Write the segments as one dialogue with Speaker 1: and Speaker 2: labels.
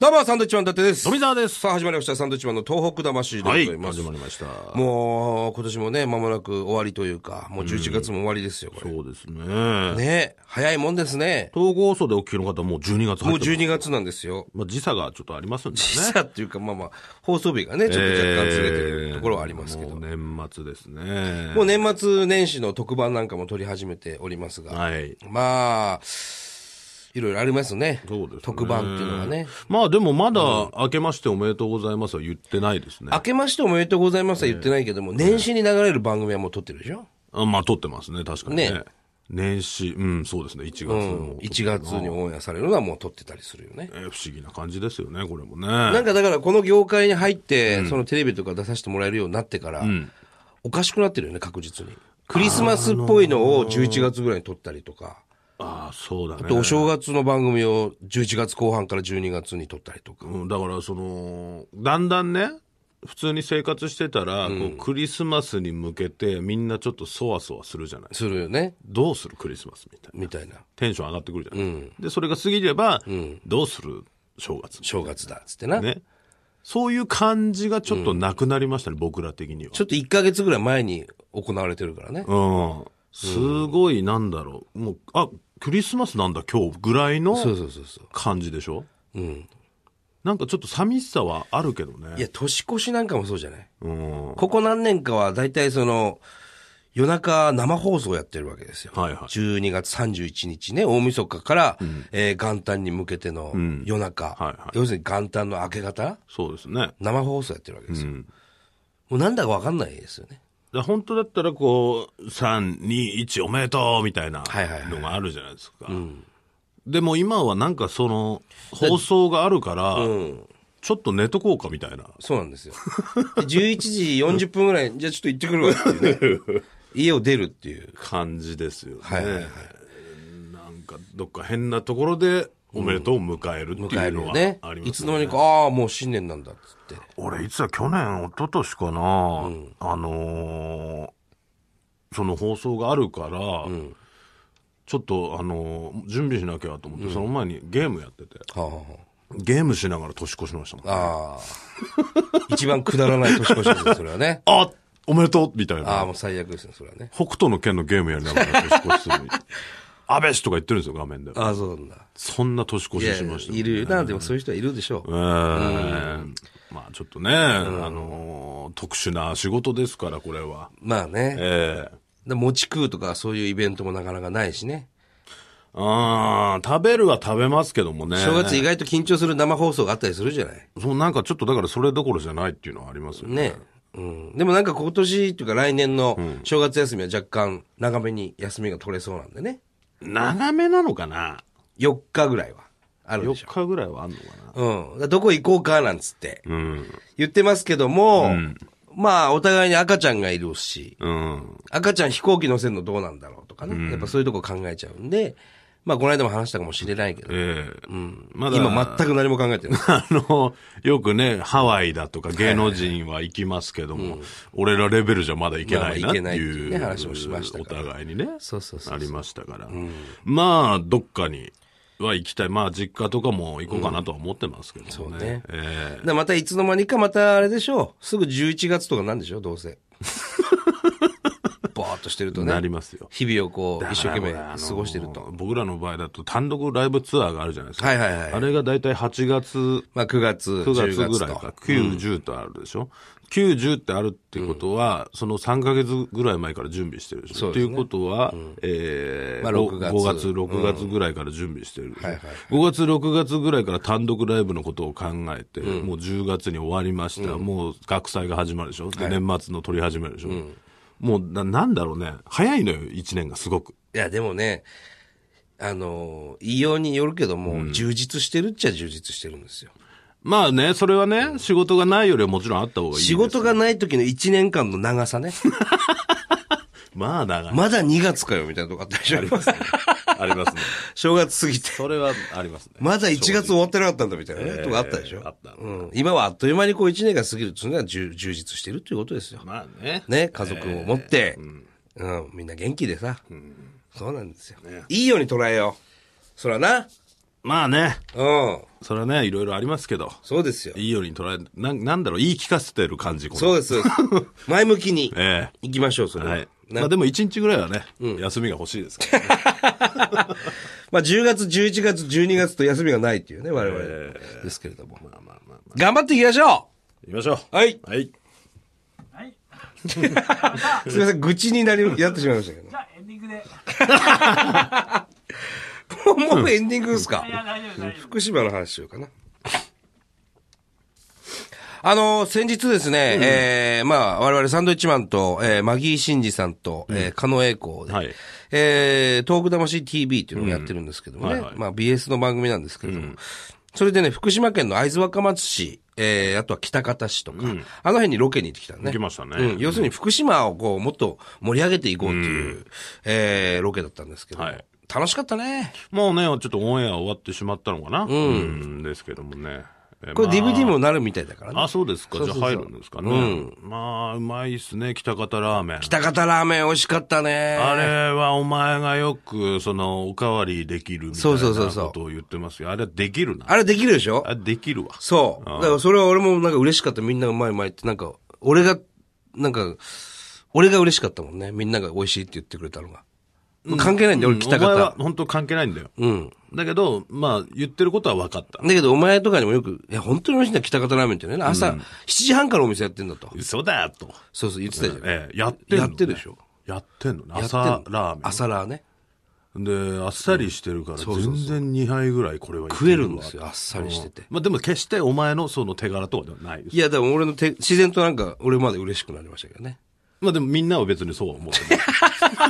Speaker 1: どうも、サンドウィッチマン伊達です。
Speaker 2: 富澤です
Speaker 1: さあ、始まりました。サンドウィッチマンの東北魂でござ
Speaker 2: はいい、
Speaker 1: ます。
Speaker 2: 始まりました。
Speaker 1: もう、今年もね、間もなく終わりというか、もう11月も終わりですよ、これ。
Speaker 2: そうですね。
Speaker 1: ね早いもんですね。
Speaker 2: 統合層でお聞きの方もう12月入
Speaker 1: もう
Speaker 2: ってます。
Speaker 1: 12月なんです よ。
Speaker 2: まあ、時差がちょっとありますんでね。
Speaker 1: 時差っていうか、まあまあ、放送日がね、ちょっと若干ずれてるところはありますけど。
Speaker 2: えーもう年末ですね。
Speaker 1: もう年末年始の特番なんかも撮り始めておりますが、
Speaker 2: はい。
Speaker 1: まあ、いろいろありますね。
Speaker 2: そうですね。
Speaker 1: 特番っていうのがね。。
Speaker 2: まあでもまだ、明けましておめでとうございますは言ってないですね
Speaker 1: 明。けましておめでとうございますは言ってないけども、年始に流れる番組はもう撮ってるでしょ
Speaker 2: あまあ撮ってますね、確かにね。
Speaker 1: ね
Speaker 2: 年始、うん、そうですね、1月
Speaker 1: うん
Speaker 2: の。
Speaker 1: 1月にオンエアされるのはもう撮ってたりするよね。
Speaker 2: えー不思議な感じですよね、これもね。
Speaker 1: なんかだからこの業界に入って、そのテレビとか出させてもらえるようになってから、おかしくなってるよね、確実に。クリスマスっぽいのを11月ぐらいに撮ったりとか、
Speaker 2: ああ、そうだね。
Speaker 1: あとお正月の番組を11月後半から12月に撮ったりとか。
Speaker 2: うん、だからそのだんだんね普通に生活してたら、こうクリスマスに向けてみんなちょっとそわそわするじゃない
Speaker 1: するよね、
Speaker 2: どうするクリスマスみたいな
Speaker 1: みたいな。
Speaker 2: テンション上がってくるじゃない、でそれが過ぎれば、どうする正月
Speaker 1: 正月だ、つってな。
Speaker 2: ねそういう感じがちょっとなくなりましたね、僕ら的には
Speaker 1: ちょっと1ヶ月ぐらい前に行われてるからね。
Speaker 2: うんすごいなんだろうもうあクリスマスなんだ今日ぐらいの
Speaker 1: そうそうそうそう。
Speaker 2: 感じでしょなんかちょっと寂しさはあるけどね
Speaker 1: いや、年越しなんかもそうじゃない
Speaker 2: うんは
Speaker 1: ここ何年かは大体その、夜中生放送やってるわけですよ。
Speaker 2: いはい
Speaker 1: 12月31日ね、大晦日から、えー元旦に向けての夜中、
Speaker 2: はいはい
Speaker 1: 要するに元旦の明け方、
Speaker 2: そうですね
Speaker 1: 生放送やってるわけですよ。
Speaker 2: うん
Speaker 1: もうなんだかわかんないですよね。
Speaker 2: だ本当だったらこう、3、2、1おめでとうみたいな
Speaker 1: はいはいはい
Speaker 2: のがあるじゃないですか。でも今はなんかその、放送があるから、ちょっと寝とこうかみたいな。
Speaker 1: そうなんですよ。で11時40分ぐらい、 じゃあちょっと行ってくるわっていう ね。家を出るっていう。
Speaker 2: 感じですよね。
Speaker 1: はいはいはい
Speaker 2: なんかどっか変なところでおめでとうを迎えるって
Speaker 1: 迎
Speaker 2: い
Speaker 1: え
Speaker 2: う
Speaker 1: る
Speaker 2: のは
Speaker 1: よ
Speaker 2: あり
Speaker 1: ね。
Speaker 2: ますね。
Speaker 1: いつの間にか、ああ、もう新年なんだっつって。
Speaker 2: 俺いつだ去年一昨年かな、あのーその放送があるから、ちょっとあのー準備しなきゃと思って、その前にゲームやってて
Speaker 1: はあ、は
Speaker 2: ゲームしながら年越しましたもん
Speaker 1: あ、はあ。ああ。一番くだらない年越しですよ、それはね。
Speaker 2: あおめでとうみた
Speaker 1: あ
Speaker 2: い
Speaker 1: あ、
Speaker 2: な
Speaker 1: もう最悪ですね、それはね。
Speaker 2: 北斗の剣のゲームやりながら年越しす る安倍氏とか言ってるんですよ画面で
Speaker 1: ああ、そうなんだ。
Speaker 2: そんな年越
Speaker 1: いや
Speaker 2: し
Speaker 1: い
Speaker 2: し
Speaker 1: や
Speaker 2: ましたもんね
Speaker 1: いるな、でもそういう人はいるでしょう。
Speaker 2: ええまあちょっとね、あのー特殊な仕事ですからこれは
Speaker 1: まあね。
Speaker 2: ええ
Speaker 1: で餅食うとかそういうイベントもなかなかないしね。
Speaker 2: ああ、食べるは食べますけどもね。
Speaker 1: 正月意外と緊張する生放送があったりするじゃない。
Speaker 2: そう、なんかちょっとだからそれどころじゃないっていうのはありますよね。
Speaker 1: ね。うん。でもなんか今年というか来年の正月休みは若干長めに休みが取れそうなんでね。
Speaker 2: 長めなのかな
Speaker 1: 4日ぐらいはあるでし
Speaker 2: ?4
Speaker 1: ょ。
Speaker 2: 日ぐらいはあんのかな
Speaker 1: うん。だからどこ行こうかなんつって
Speaker 2: うん。
Speaker 1: 言ってますけども、まあお互いに赤ちゃんがいるし、
Speaker 2: うん。
Speaker 1: 赤ちゃん飛行機乗せるのどうなんだろうとかね。やっぱそういうとこ考えちゃうんで、まあこの間も話したかもしれないけど、
Speaker 2: ええまだ、
Speaker 1: 今全く何も考えてない。
Speaker 2: あの、よくね、ハワイだとか芸能人は行きますけども、俺らレベルじゃまだ行けないなって
Speaker 1: まあまあ行けないってい
Speaker 2: いうう、
Speaker 1: ね話をしました
Speaker 2: お
Speaker 1: から
Speaker 2: 互いにね、
Speaker 1: そうそうそう
Speaker 2: ありましたから。まあ、どっかには行きたい。まあ、実家とかも行こうかなとは思ってますけどね。
Speaker 1: そうね
Speaker 2: ええ
Speaker 1: だからまたいつの間にかまたあれでしょう。すぐ11月とかなんでしょう、どうせ。ぼーっとしてると
Speaker 2: な
Speaker 1: ね。
Speaker 2: りますよ。
Speaker 1: 日々をこう、一生懸命
Speaker 2: だからこれ
Speaker 1: 過ごしてる
Speaker 2: あ
Speaker 1: と。
Speaker 2: のー僕らの場合だと単独ライブツアーがあるじゃないですか。
Speaker 1: はいはいはい
Speaker 2: あれが大体8月、
Speaker 1: まあ9月、
Speaker 2: 9
Speaker 1: 10
Speaker 2: 月
Speaker 1: 月
Speaker 2: ぐらい
Speaker 1: と。
Speaker 2: か。9、10とあるでしょ。9、10ってあるってことは、その3ヶ月ぐらい前から準備してるでし
Speaker 1: そ
Speaker 2: ょ。
Speaker 1: う
Speaker 2: っ
Speaker 1: です
Speaker 2: てい
Speaker 1: ね
Speaker 2: うことは、え
Speaker 1: まあ
Speaker 2: 5
Speaker 1: 六月
Speaker 2: 月、6月ぐらいから準備してるでしょ
Speaker 1: はいはいはい。
Speaker 2: 5月、6月ぐらいから単独ライブのことを考えて、もう10月に終わりました。もう学祭が始まるでしょ。で、年末の取り始めるでしょ。もうな、なんだろうね。早いのよ、1年がすごく。
Speaker 1: いや、でもね、あのー、異様によるけども、充実してるっちゃ充実してるんですよ。
Speaker 2: まあね、それはね、仕事がないよりはもちろんあった方がいいです。
Speaker 1: 仕事がない時の1年間の長さね。
Speaker 2: まあ長い。
Speaker 1: まだ2月かよ、みたいなとこあったでしょ。
Speaker 2: ありますね。
Speaker 1: 正月過ぎて。
Speaker 2: それはありますね。
Speaker 1: まだ1月終わってなかったんだみたいなね、とかあったでしょ。
Speaker 2: あった
Speaker 1: うん。今はあっという間にこう1年が過ぎるっていうのは充充実してるっていうことですよ。
Speaker 2: まあね。
Speaker 1: ね、家族を持って、うん、みんな元気でさ、そうなんですよ。いいように捉えよう。そらな、
Speaker 2: まあね、
Speaker 1: うん。
Speaker 2: それはね、いろいろありますけど、
Speaker 1: そうですよ。
Speaker 2: いいように捉え、なんなんだろう、言い聞かせてる感じ、この
Speaker 1: そうです。そうです前向きに
Speaker 2: え
Speaker 1: 行きましょう、そ
Speaker 2: え
Speaker 1: れは。
Speaker 2: はい。
Speaker 1: な
Speaker 2: まあでも一日ぐらいはね、休みが欲しいで すから、ね。
Speaker 1: まあ、10月、11月、12月と休みがないっていうね、我々ですけれども。
Speaker 2: まあまあまあまあ。
Speaker 1: 頑張っていきましょ
Speaker 2: 行きましょ
Speaker 1: うはい。
Speaker 2: う。はい。
Speaker 3: はい。じ
Speaker 1: すみません、愚痴になり、やってしまいましたけ
Speaker 3: ゃあエンディングで。
Speaker 1: ど。もうエンディングですか
Speaker 3: いや、大丈夫、大丈夫。
Speaker 1: 福島の話しようかな。あの、先日ですね、えーまあ、我々サンドイッチマンと、えーマギー・シンジさんと、えー、狩野英孝で、
Speaker 2: はい
Speaker 1: えー、トーク魂 TV っていうのをやってるんですけどもね、
Speaker 2: うんはいはい
Speaker 1: まあ、BS の番組なんですけれども、それでね、福島県の会津若松市、えー、あとは北方市とか、あの辺にロケに行ってきたね。
Speaker 2: 行きましたね
Speaker 1: うん要するに福島をこう、もっと盛り上げていこうっていう、えー、ロケだったんですけども、
Speaker 2: はい
Speaker 1: 楽しかったね。
Speaker 2: もうね、ちょっとオンエア終わってしまったのかな。うん。ですけどもね。え
Speaker 1: これ
Speaker 2: まあ
Speaker 1: DVD もなるみたいだからね。
Speaker 2: あ、そうですか。
Speaker 1: そう
Speaker 2: じ
Speaker 1: そ
Speaker 2: ゃ
Speaker 1: う
Speaker 2: あ
Speaker 1: そう
Speaker 2: 入るんですかね。まあ、うまいっすね、北方ラーメン。
Speaker 1: 北方ラーメン美味しかったね。
Speaker 2: あれはお前がよく、その、おかわりできるみたい
Speaker 1: そう
Speaker 2: な
Speaker 1: そう
Speaker 2: こ
Speaker 1: そうそう
Speaker 2: とを言ってますよ。あれはできるな。
Speaker 1: あれできるでしょ
Speaker 2: あれできるわ。
Speaker 1: そう。だからそれは俺もなんか嬉しかった。みんなうまいうまいって。なんか、俺が、なんか、俺が嬉しかったもんね。みんなが美味しいって言ってくれたのが。関係ないんだよ、俺北
Speaker 2: お前は
Speaker 1: 方。
Speaker 2: 本当関係ないんだよ。
Speaker 1: うん。
Speaker 2: だけど、まあ、言ってることは分かった。
Speaker 1: だけどお前とかにもよく、いや、本当に美味しいんだ、北方ラーメンってね。朝、7時半からお店やってんだと。
Speaker 2: 嘘だと。
Speaker 1: そうそう、言ってたじゃん。
Speaker 2: ええ、やってんのね
Speaker 1: やってるでしょ。
Speaker 2: やってんのね。
Speaker 1: やってんの
Speaker 2: 朝ラーメン。
Speaker 1: 朝ラーね。
Speaker 2: で、あっさりしてるから、全然2杯ぐらいこれはいけ
Speaker 1: 食える
Speaker 2: わ
Speaker 1: んですよ、あっさりしてて。
Speaker 2: まあでも決してお前のその手柄とかではないです
Speaker 1: いや、でも俺の手、自然となんか、俺まで嬉しくなりましたけどね。
Speaker 2: まあでもみんなは別にそうは思っ てない。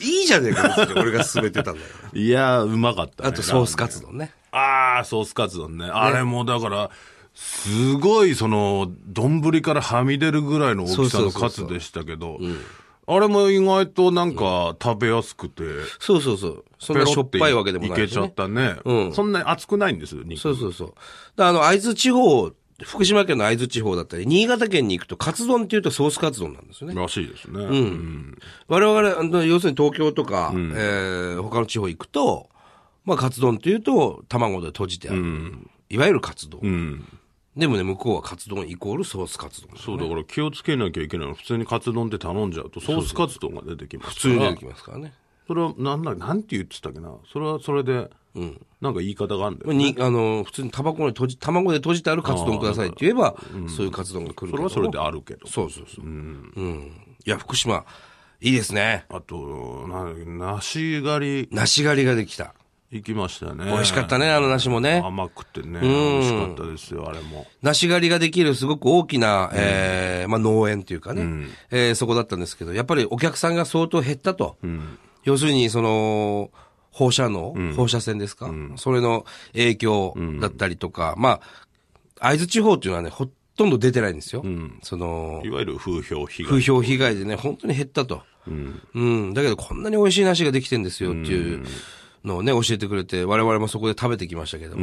Speaker 1: いいじゃねえか、別に俺が勧めてたんだから。
Speaker 2: いやー、うまかった、ね。
Speaker 1: あとソースカツ丼ね。
Speaker 2: ああ、ソースカツ丼ね。あれもだから、すごいその、丼からはみ出るぐらいの大きさ
Speaker 1: そうそう
Speaker 2: の
Speaker 1: そう
Speaker 2: カ
Speaker 1: そう
Speaker 2: ツでしたけど、あれも意外となんか食べやすくて、
Speaker 1: そうそうそう。そんなしょっぱいわけでもない、
Speaker 2: いけちゃっ。たね。
Speaker 1: うん
Speaker 2: そんなに熱くないんですよ、肉
Speaker 1: そうそうそう。だあの、会津地方、福島県の会津地方だったり、新潟県に行くと、カツ丼っていうとソースカツ丼なんですよね。
Speaker 2: らしいですね。うん
Speaker 1: 我々、あの要するに東京とか、えー他の地方行くと、まあ、カツ丼っていうと、卵で閉じてある。いわゆるカツ丼、
Speaker 2: うん
Speaker 1: でもね、向こうはカツ丼イコールソースカツ丼。
Speaker 2: そうだから気をつけなきゃいけないのは普通にカツ丼って頼んじゃうとソースカツ丼が出てきます
Speaker 1: 普通に出てきますからね。
Speaker 2: それはなんだなんて言ってたっけなそれはそれで、なんか言い方があるんだよ、
Speaker 1: に、あの、普通にタバコで閉じ、卵で閉じてあるカツ丼くださいって言えば、そういうカツ丼が来るけ
Speaker 2: そ
Speaker 1: ど
Speaker 2: れ
Speaker 1: も
Speaker 2: はそれであるけど
Speaker 1: そうそうそう。うん。いや、福島、いいですね。
Speaker 2: あとな梨狩り
Speaker 1: 梨狩りができた。
Speaker 2: 行きましたよね
Speaker 1: 美味しかったね、あの梨もね。
Speaker 2: 甘くてね美味しかったですよあれも
Speaker 1: 梨狩りができるすごく大きな、えーまあ農園というかね、えーそこだったんですけど、やっぱりお客さんが相当減ったと。要するに、その、放射能、放射線ですか、それの影響だったりとか、まあ、会津地方っていうのはね、ほとんど出てないんですよ。その
Speaker 2: い、わゆる風評被
Speaker 1: 風
Speaker 2: 害
Speaker 1: 評被害でね、本当に減ったと。うん。だけど、こんなに美味しい梨ができてんですよっていうのをね、教えてくれて、我々もそこで食べてきましたけども、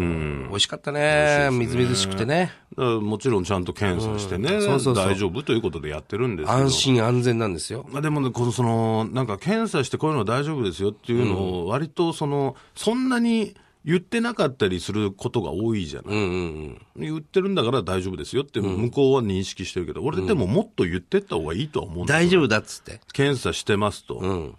Speaker 1: 美味しかったね。みずみずしくてね。
Speaker 2: だからもちろんちゃんと検査してね、
Speaker 1: そうそうそう
Speaker 2: 大丈夫ということでやってるんですけど
Speaker 1: 安心安全なんですよ。
Speaker 2: まあ、でもね、このそのなんか検査してこういうのは大丈夫ですよっていうのを、割とそのそんなに言ってなかったりすることが多いじゃない、
Speaker 1: うんうん
Speaker 2: 言ってるんだから大丈夫ですよって、向こうは認識してるけど、俺、でももっと言ってった方がいいとは思う
Speaker 1: うんん。
Speaker 2: だ
Speaker 1: 大丈夫だっつって。
Speaker 2: 検査してますと、
Speaker 1: うん。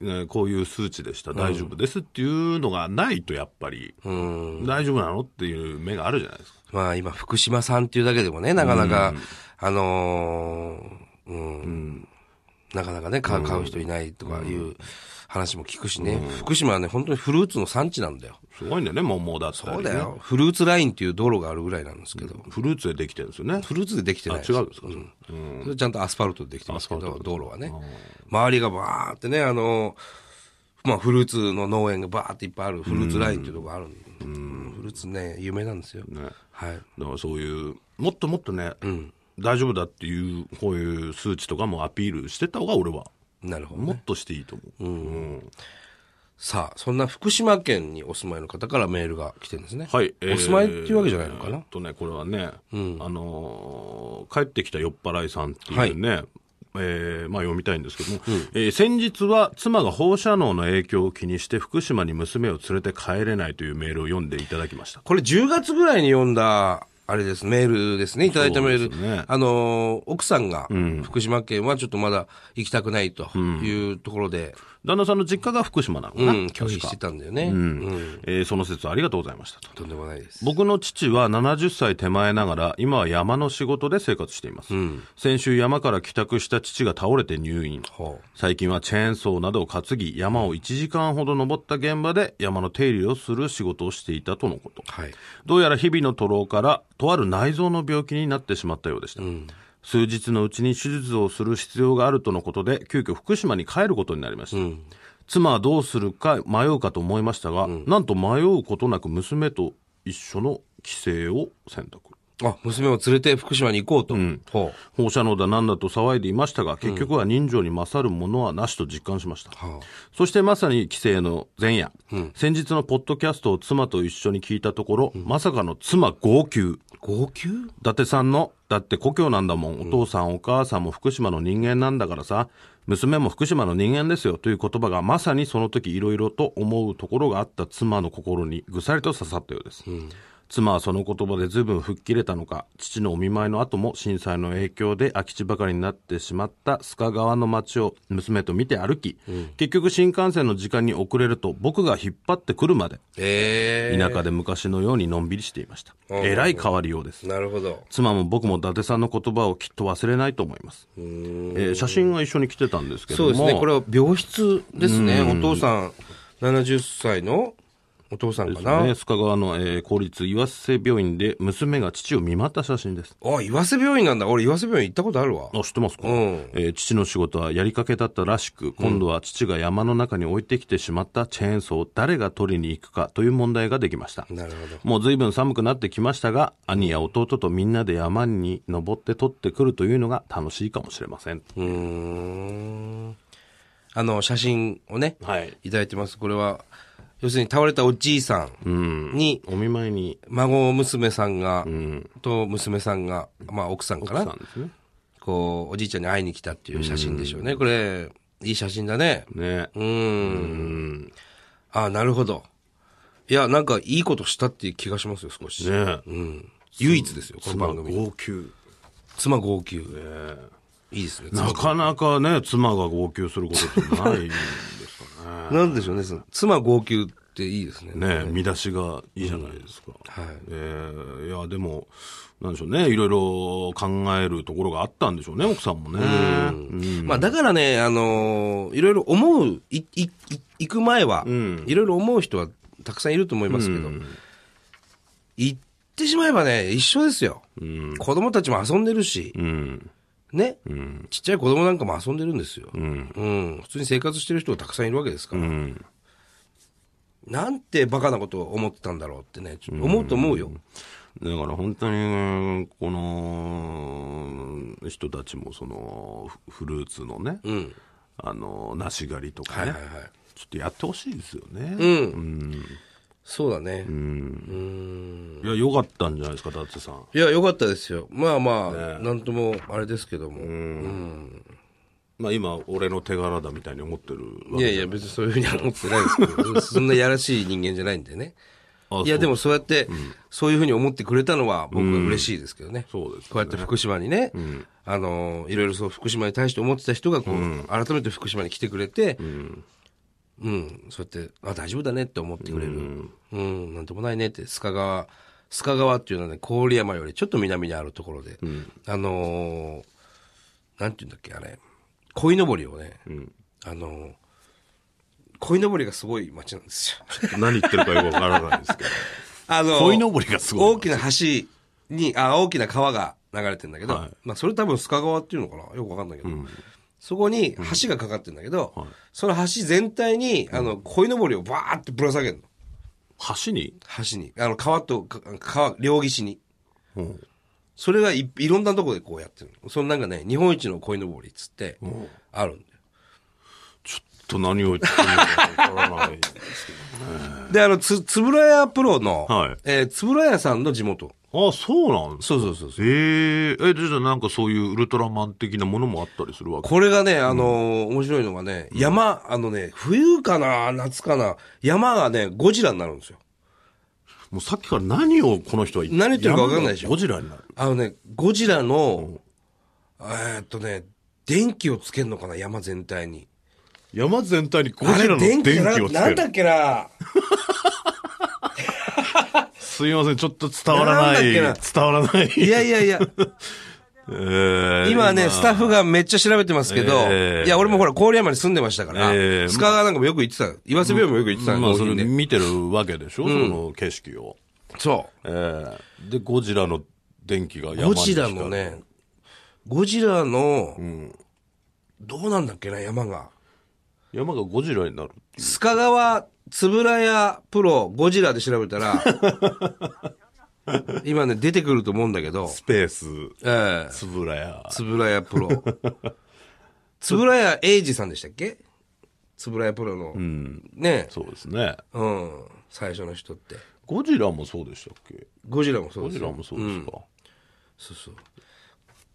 Speaker 2: ねこういう数値でした、大丈夫ですっていうのがないと、やっぱり、
Speaker 1: うん。
Speaker 2: 大丈夫なのっていう目があるじゃないですか。
Speaker 1: まあ今、福島さんっていうだけでもね、なかなか、あのーうん、なかなかね、買う買う人いないとかいう話も聞くしね、福島はね、本当にフルーツの産地なんだよ。
Speaker 2: すごいんだよね、桃だった
Speaker 1: そう
Speaker 2: り、
Speaker 1: だ
Speaker 2: ね。
Speaker 1: よ。フルーツラインっていう道路があるぐらいなんですけど、
Speaker 2: フルーツでできてるんですよね。
Speaker 1: フルーツでできてない
Speaker 2: あ違うんですか
Speaker 1: んそれちゃんとアスファルトでできてますけ
Speaker 2: アスファ
Speaker 1: ど、
Speaker 2: ル
Speaker 1: 道路はね。周りがバーってね、あの、まあフルーツの農園がバーっていっぱいある、フルーツラインっていうとこある。フルーツね、有名なんですよ。
Speaker 2: ね
Speaker 1: はい。
Speaker 2: だからそういう、もっともっとね、大丈夫だっていう、こういう数値とかもアピールしてた方が俺は、
Speaker 1: なるほど。
Speaker 2: もっとしていいと思う。うん
Speaker 1: さあ、そんな福島県にお住まいの方からメールが来てるんですね。
Speaker 2: はい。
Speaker 1: お住まいっていうわけじゃないのかな。
Speaker 2: えーっとね、これはね、あのー帰ってきた酔っ払いさんっていうね、えーまあ、読みたいんですけども、えー先日は妻が放射能の影響を気にして福島に娘を連れて帰れないというメールを読んでいただきました。
Speaker 1: これ10月ぐらいに読んだ、あれです、メールですね、いただいたメー
Speaker 2: そうで
Speaker 1: ル。
Speaker 2: すね
Speaker 1: あのー、奥さんが、福島県はちょっとまだ行きたくないというところで、
Speaker 2: 旦那さんの実家が福島なのか
Speaker 1: うん
Speaker 2: な、、
Speaker 1: 拒否してたんだよね。うん
Speaker 2: えーその説ありがとうございましたと。
Speaker 1: とんでもないです。
Speaker 2: 僕の父は70歳手前ながら、今は山の仕事で生活しています。先週山から帰宅した父が倒れて入院。
Speaker 1: ほう
Speaker 2: 最近はチェーンソーなどを担ぎ、山を1時間ほど登った現場で山の手入れをする仕事をしていたとのこと。
Speaker 1: はい。
Speaker 2: どうやら日々の徒労から、とある内臓の病気になってしまったようでした。数日のうちに手術をする必要があるとのことで、急遽福島に帰ることになりました。妻はどうするか迷うかと思いましたが、なんと迷うことなく娘と一緒の帰省を選択。
Speaker 1: あ、娘を連れて福島に行こうと。ほう
Speaker 2: 放射能だなんだと騒いでいましたが、結局は人情に勝るものはなしと実感しました。
Speaker 1: は
Speaker 2: そしてまさに帰省の前夜、先日のポッドキャストを妻と一緒に聞いたところ、まさかの妻号泣。
Speaker 1: あ、号泣
Speaker 2: 伊達さんの、だって故郷なんだもん、お父さんお母さんも福島の人間なんだからさ、娘も福島の人間ですよという言葉がまさにその時いろいろと思うところがあった妻の心にぐさりと刺さったようです。妻はその言葉で随分吹っ切れたのか、父のお見舞いの後も震災の影響で空き地ばかりになってしまった須賀川の街を娘と見て歩き、結局新幹線の時間に遅れると僕が引っ張ってくるまで、
Speaker 1: ええ
Speaker 2: 田舎で昔のようにのんびりしていました。
Speaker 1: うん
Speaker 2: えらい変わりようです。
Speaker 1: なるほど。
Speaker 2: 妻も僕も伊達さんの言葉をきっと忘れないと思います、えー写真は一緒に来てたんですけど
Speaker 1: そう
Speaker 2: も
Speaker 1: ですね。これは病室ですね。お父さん、70歳のお父さんかな。
Speaker 2: ね須賀川の、えー公立岩瀬病院で娘が父を見舞った写真です
Speaker 1: あ、岩瀬病院なんだ。俺、岩瀬病院行ったことあるわ。
Speaker 2: あ知ってますか、
Speaker 1: うん
Speaker 2: えー父の仕事はやりかけだったらしく今度は父が山の中に置いてきてしまったチェーンソーを誰が取りに行くかという問題ができました
Speaker 1: なるほど。
Speaker 2: もう随分寒くなってきましたが兄や弟とみんなで山に登って取ってくるというのが楽しいかもしれません、
Speaker 1: うーん。あの、写真をね、
Speaker 2: はい
Speaker 1: いただいてます。これは、要するに倒れたおじいさんに、
Speaker 2: お見舞いに
Speaker 1: 孫娘さんが、と娘さんが、まあ奥さんか
Speaker 2: 来た
Speaker 1: な、
Speaker 2: んですね
Speaker 1: こう、おじいちゃんに会いに来たっていう写真でしょうね。これ、いい写真だね。
Speaker 2: ね
Speaker 1: うーん。あ、なるほど。いや、なんかいいことしたっていう気がしますよ、少し。
Speaker 2: ね
Speaker 1: うん。唯一ですよ、この番組。
Speaker 2: 号泣。
Speaker 1: 妻号泣。いいですね。
Speaker 2: なかなかね、妻が号泣することってないんですかね。
Speaker 1: なんでしょうね、その妻号泣っていいです ね。
Speaker 2: ね見出しがいいじゃないですか。
Speaker 1: はい。
Speaker 2: えーいや、でも、なんでしょうね、いろいろ考えるところがあったんでしょうね、奥さんもね。うん
Speaker 1: まあだからね、あのーいろいろ思う、い、い、い行く前は、
Speaker 2: ん
Speaker 1: いろいろ思う人はたくさんいると思いますけど、行ってしまえばね、一緒ですよ。
Speaker 2: ん
Speaker 1: 子供たちも遊んでるし、
Speaker 2: うん。
Speaker 1: ね、ちっちゃい子供なんかも遊んでるんですよ。
Speaker 2: うん。
Speaker 1: うん、普通に生活してる人がたくさんいるわけですか
Speaker 2: う
Speaker 1: ら、
Speaker 2: ん。
Speaker 1: なんてバカなことを思ってたんだろうってね、ちょっと思うと思うよ。
Speaker 2: だから本当に、この人たちも、その、フフルーツのね、
Speaker 1: うん。
Speaker 2: あの、梨狩りとか
Speaker 1: はい
Speaker 2: ね、
Speaker 1: はいはい。
Speaker 2: ちょっとやってほしいですよね。
Speaker 1: うん。そうだね。
Speaker 2: いや、良かったんじゃないですか、達也さん。
Speaker 1: いや、よかったですよ。まあまあ、なんともあれですけども。
Speaker 2: まあ今、俺の手柄だみたいに思ってるわ
Speaker 1: い
Speaker 2: け
Speaker 1: やいや、別にそういうふうには思ってないですけど、そんなやらしい人間じゃないんでね。
Speaker 2: あ
Speaker 1: いや、
Speaker 2: そう
Speaker 1: でもそうやって、そういうふうに思ってくれたのは僕は嬉しいですけどね。
Speaker 2: そうですね
Speaker 1: こうやって福島にね、あの、いろいろそう福島に対して思ってた人が、こう、改めて福島に来てくれて、うん、そうやって、あ、大丈夫だねって思ってくれる。うん、なんともないねって、須賀川、須賀川っていうのはね、郡山よりちょっと南にあるところで、あのーなんていうんだっけ、あれ、鯉のぼりをね、あのー鯉のぼりがすごい町なんですよ。
Speaker 2: 何言ってるかよくわからないですけど。
Speaker 1: あの、
Speaker 2: 鯉のぼりがすごい
Speaker 1: 大きな橋に、あ、大きな川が流れてんだけど、
Speaker 2: はい
Speaker 1: まあそれ多分須賀川っていうのかなよくわかんないけど、そこに橋がかかってんだけど、その橋全体に、あの、鯉のぼりをバーってぶら下げるの。
Speaker 2: 橋に、
Speaker 1: 橋に。あの、川と、か川、両岸に。
Speaker 2: うん
Speaker 1: それがいいろんなとこでこうやってるの。そのなんかね、日本一の鯉のぼりっつって、あるんだよ。
Speaker 2: ちょっと何を言ってるのかわからない。
Speaker 1: で、あの、つ、つぶらやプロの、
Speaker 2: はい
Speaker 1: えーつぶらやさんの地元。
Speaker 2: あ、そうなんです
Speaker 1: そうそうそうそう。
Speaker 2: えー、え、じゃあなんかそういうウルトラマン的なものもあったりするわけ
Speaker 1: これがね、あのー面白いのがね、山、あのね、冬かな、夏かな、山がね、ゴジラになるんですよ。
Speaker 2: もうさっきから何をこの人は言
Speaker 1: 何言ってるか分かんないでしょ
Speaker 2: ゴジラになる。
Speaker 1: あのね、ゴジラの、えーっとね、電気をつけるのかな、山全体に。
Speaker 2: 山全体にゴ
Speaker 1: あ
Speaker 2: ジ
Speaker 1: れ
Speaker 2: ラの電
Speaker 1: 電気じゃな
Speaker 2: 気をつ
Speaker 1: な
Speaker 2: け
Speaker 1: んだっ
Speaker 2: る。
Speaker 1: け な。
Speaker 2: すいません、ちょっと伝わらない。伝
Speaker 1: なんだっ
Speaker 2: わらない。
Speaker 1: いやいやいや、
Speaker 2: えー
Speaker 1: 今ね、スタッフがめっちゃ調べてますけど、
Speaker 2: えー
Speaker 1: いや、俺もほら、郡山に住んでましたから、
Speaker 2: えー
Speaker 1: スカ川なんかもよく行ってた、岩瀬病院もよく行ってた、
Speaker 2: まあ、
Speaker 1: 納
Speaker 2: それ
Speaker 1: 品で
Speaker 2: 見てるわけでしょ、その景色を。
Speaker 1: そう。
Speaker 2: えーで、ゴジラの電気が山に
Speaker 1: ゴジラのね、ゴジラの、どうなんだっけな、山が。
Speaker 2: 光る。山がゴジラになるってい
Speaker 1: 須賀川つぶらやプロゴジラで調べた ら、今ね、出てくると思うんだけど
Speaker 2: う。、スペース、
Speaker 1: ええ
Speaker 2: つぶらや。
Speaker 1: つぶらやプロ。つぶらや英二さんでしたっけつぶらやプロの。ね
Speaker 2: そうですね。
Speaker 1: うん。最初の人って。
Speaker 2: ゴジラもそうでしたっけ
Speaker 1: ゴジラもそう
Speaker 2: ゴ
Speaker 1: です
Speaker 2: ジ
Speaker 1: よ
Speaker 2: ラもそうですか。
Speaker 1: そうそう。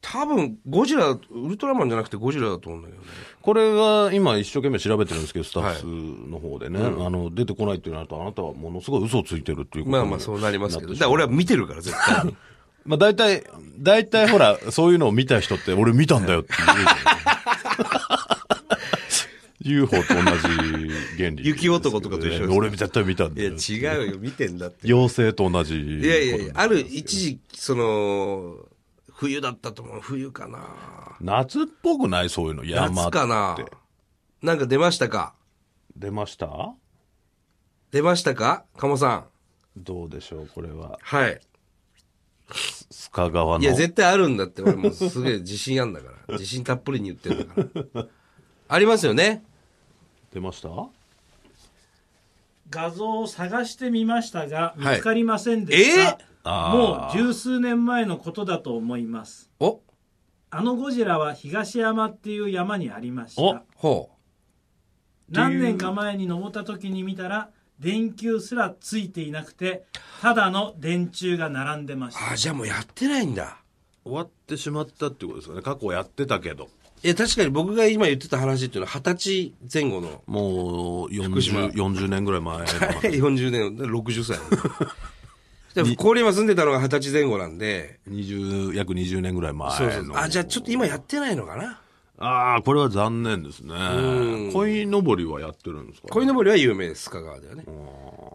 Speaker 1: 多分、ゴジラ、ウルトラマンじゃなくてゴジラだと思うんだけどね。
Speaker 2: これが今一生懸命調べてるんですけど、スタッフの方でね、あの、出てこないっていうのは、あなたはものすごい嘘をついてるっていうこと
Speaker 1: まあまあそうなりますけど。だから俺は見てるから、絶対 に。
Speaker 2: まあ大体、大体ほら、そういうのを見た人って、俺見たんだよって 言うじゃん。UFO と同じ原理。
Speaker 1: 雪男とかと一緒ですね
Speaker 2: 俺絶対見たんだよ。
Speaker 1: 違うよ、見てんだって。
Speaker 2: 妖精と同じ。い
Speaker 1: いやいやいや、ある一時、その、冬だったと思う。冬かな。
Speaker 2: 夏っぽくないそういうの。山
Speaker 1: 夏かな
Speaker 2: って。
Speaker 1: なんか出ましたか
Speaker 2: 出ました
Speaker 1: 出ましたか鴨さん。
Speaker 2: どうでしょう、これは。
Speaker 1: はい。
Speaker 2: 須賀川の。
Speaker 1: いや、絶対あるんだって。俺もうすげえ自信あんだ から。自信たっぷりに言ってるんだから。ありますよね。
Speaker 2: 出ました
Speaker 3: 画像を探してみましたが
Speaker 1: はい
Speaker 3: 見つかりませんでした、
Speaker 1: え
Speaker 2: あ
Speaker 3: も
Speaker 2: ー
Speaker 3: う十数年前のことだと思います
Speaker 1: お
Speaker 3: あのゴジラは東山っていう山にありまし
Speaker 2: お
Speaker 3: た
Speaker 1: ほ
Speaker 3: 何年か前に登った時に見たら電球すらついていなくてただの電柱が並んでまし
Speaker 1: う。
Speaker 3: た
Speaker 1: あ、じゃあもうやってないんだ。
Speaker 2: 終わってしまったってことですかね。過去やってたけど。
Speaker 1: いや、確かに僕が今言ってた話っていうのは二十歳前後の。
Speaker 2: もう
Speaker 1: 島
Speaker 2: 40、40年ぐらい 前の話。
Speaker 1: 40年、60歳。 で郡山住んでたのが二十歳前後なんで、
Speaker 2: 20約20年ぐらい前の
Speaker 1: そうそうあ、じゃあちょっと今やってないのかな。
Speaker 2: ああこれは残念ですね鯉のぼりはやってるんですか
Speaker 1: 鯉のぼりは有名です、香川ではね。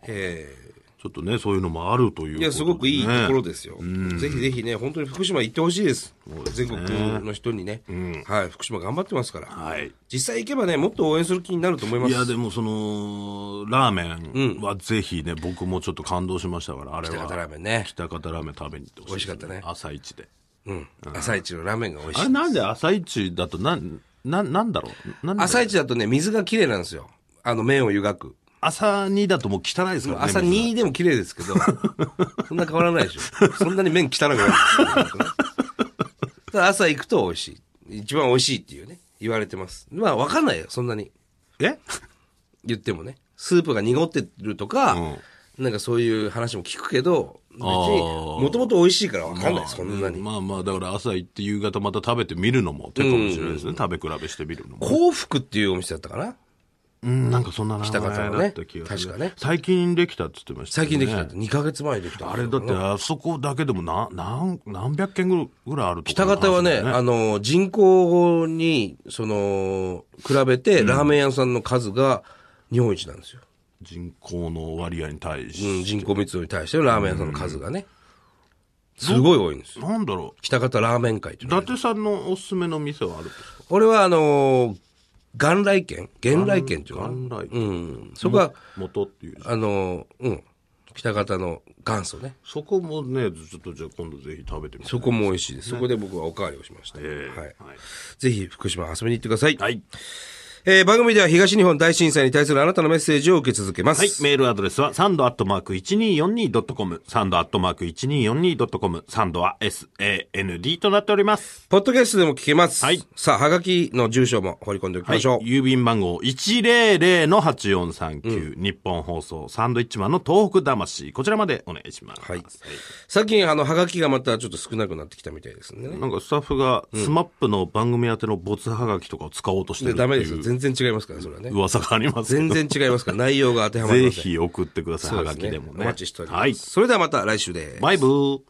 Speaker 1: え
Speaker 2: ちょっとねそういうのもあるという
Speaker 1: え
Speaker 2: い
Speaker 1: いや、すごくいいところですよ。ぜひぜひね、本当に福島行ってほしいです。全国の人にね、はい、福島頑張ってますから。
Speaker 2: はい
Speaker 1: 実際行けばね、もっと応援する気になると思いま
Speaker 2: い
Speaker 1: す。
Speaker 2: やでもそのラーメンはぜひね、僕もちょっと感動しましたからあれは
Speaker 1: 北方ラーメンね
Speaker 2: 北方ラーメン食べに行ってほしいです、
Speaker 1: 美味しかったね
Speaker 2: 朝一で
Speaker 1: うん。朝一のラーメンが美味
Speaker 2: あ
Speaker 1: し
Speaker 2: れ
Speaker 1: い。
Speaker 2: なんで朝一だとなんななんだろうなんで
Speaker 1: 朝一だとね、水が綺麗なんですよ。あの、麺を湯がく。
Speaker 2: 朝にだともう汚いですからね
Speaker 1: 朝
Speaker 2: 水が
Speaker 1: 2でも綺麗です けど、そんな変わらないでしょ。そんなに麺汚くないですよ。ただ朝行くと美味しい。一番美味しいっていうね、言われてます。まあ分かんないよ、そんなに。
Speaker 2: え
Speaker 1: 言ってもね。スープが濁ってるとか、
Speaker 2: う
Speaker 1: なんかそういう話も聞くけど、別に、
Speaker 2: あー
Speaker 1: もともと美味しいから分かんない、そんなに。
Speaker 2: まあまあだから朝行って夕方また食べてみるのも手かもしれないですね、食べ比べしてみるのも
Speaker 1: 幸福っていうお店だったかな
Speaker 2: うん、なんかそんな名
Speaker 1: 北方
Speaker 2: 前
Speaker 1: の
Speaker 2: だ
Speaker 1: ね
Speaker 2: った気がする。
Speaker 1: 確かね
Speaker 2: 最近できたって言ってましたよ
Speaker 1: 最
Speaker 2: ね。
Speaker 1: 近できたって、2ヶ月前にできた。
Speaker 2: あれだって、あそこだけでもな、なん、何百件ぐらいあると
Speaker 1: 北方はね、あの、人口に、その、比べて、ラーメン屋さんの数が日本一なんですよ。
Speaker 2: 人口の割合に対
Speaker 1: う
Speaker 2: し、
Speaker 1: ん、人口密度に対してのラーメン屋さんの数がね。すごい多いんですよ。
Speaker 2: なんだろ
Speaker 1: 北方ラーメン会っていう
Speaker 2: う。伊
Speaker 1: のがね
Speaker 2: 達さんのおすすめの店はあるんですか
Speaker 1: 俺はあのー、元来県元来県っていうのかな
Speaker 2: 元来
Speaker 1: う
Speaker 2: 軒
Speaker 1: ん。そこが、
Speaker 2: 元っていう。
Speaker 1: あのー、うん。北方の元祖ね。
Speaker 2: そこもね、ちょっとじゃあ今度ぜひ食べてみて。
Speaker 1: そこも美味しいです。そこで僕はおかわりをしました。
Speaker 2: ええ
Speaker 1: はい。
Speaker 2: はい
Speaker 1: ぜひ福島遊びに行ってください。
Speaker 2: はい。
Speaker 1: えー番組では東日本大震災に対するあなたのメッセージを受け続けます。
Speaker 2: はい。メールアドレスは、サンドアットマーク 1242.com、サンドアットマーク 1242.com、サンドは SAND となっております。
Speaker 1: ポッドキャストでも聞けます。
Speaker 2: はい
Speaker 1: さあ、はがきの住所も放り込んでおき
Speaker 2: はい
Speaker 1: ましょう。
Speaker 2: 郵便番号100-8439、日本放送、サンドイッチマンの東北魂、こちらまでお願いします。
Speaker 1: はい最近、あの、はがきがまたちょっと少なくなってきたみたいですね。
Speaker 2: なんかスタッフが、スマップの番組宛ての没ハガキとかを使おうとして
Speaker 1: で
Speaker 2: るって
Speaker 1: ダメですよ。
Speaker 2: いう
Speaker 1: 全然違いますからね、それはね。
Speaker 2: 噂がありますけ
Speaker 1: 全
Speaker 2: ど。
Speaker 1: 然違いますから、内容が当てはまり
Speaker 2: ぜ
Speaker 1: ません。
Speaker 2: ひ送ってください、
Speaker 1: そうで
Speaker 2: ハガ
Speaker 1: す
Speaker 2: キ
Speaker 1: ね
Speaker 2: でもね。
Speaker 1: お待ちしております。
Speaker 2: はい。
Speaker 1: それではまた来週です。
Speaker 2: バイブー。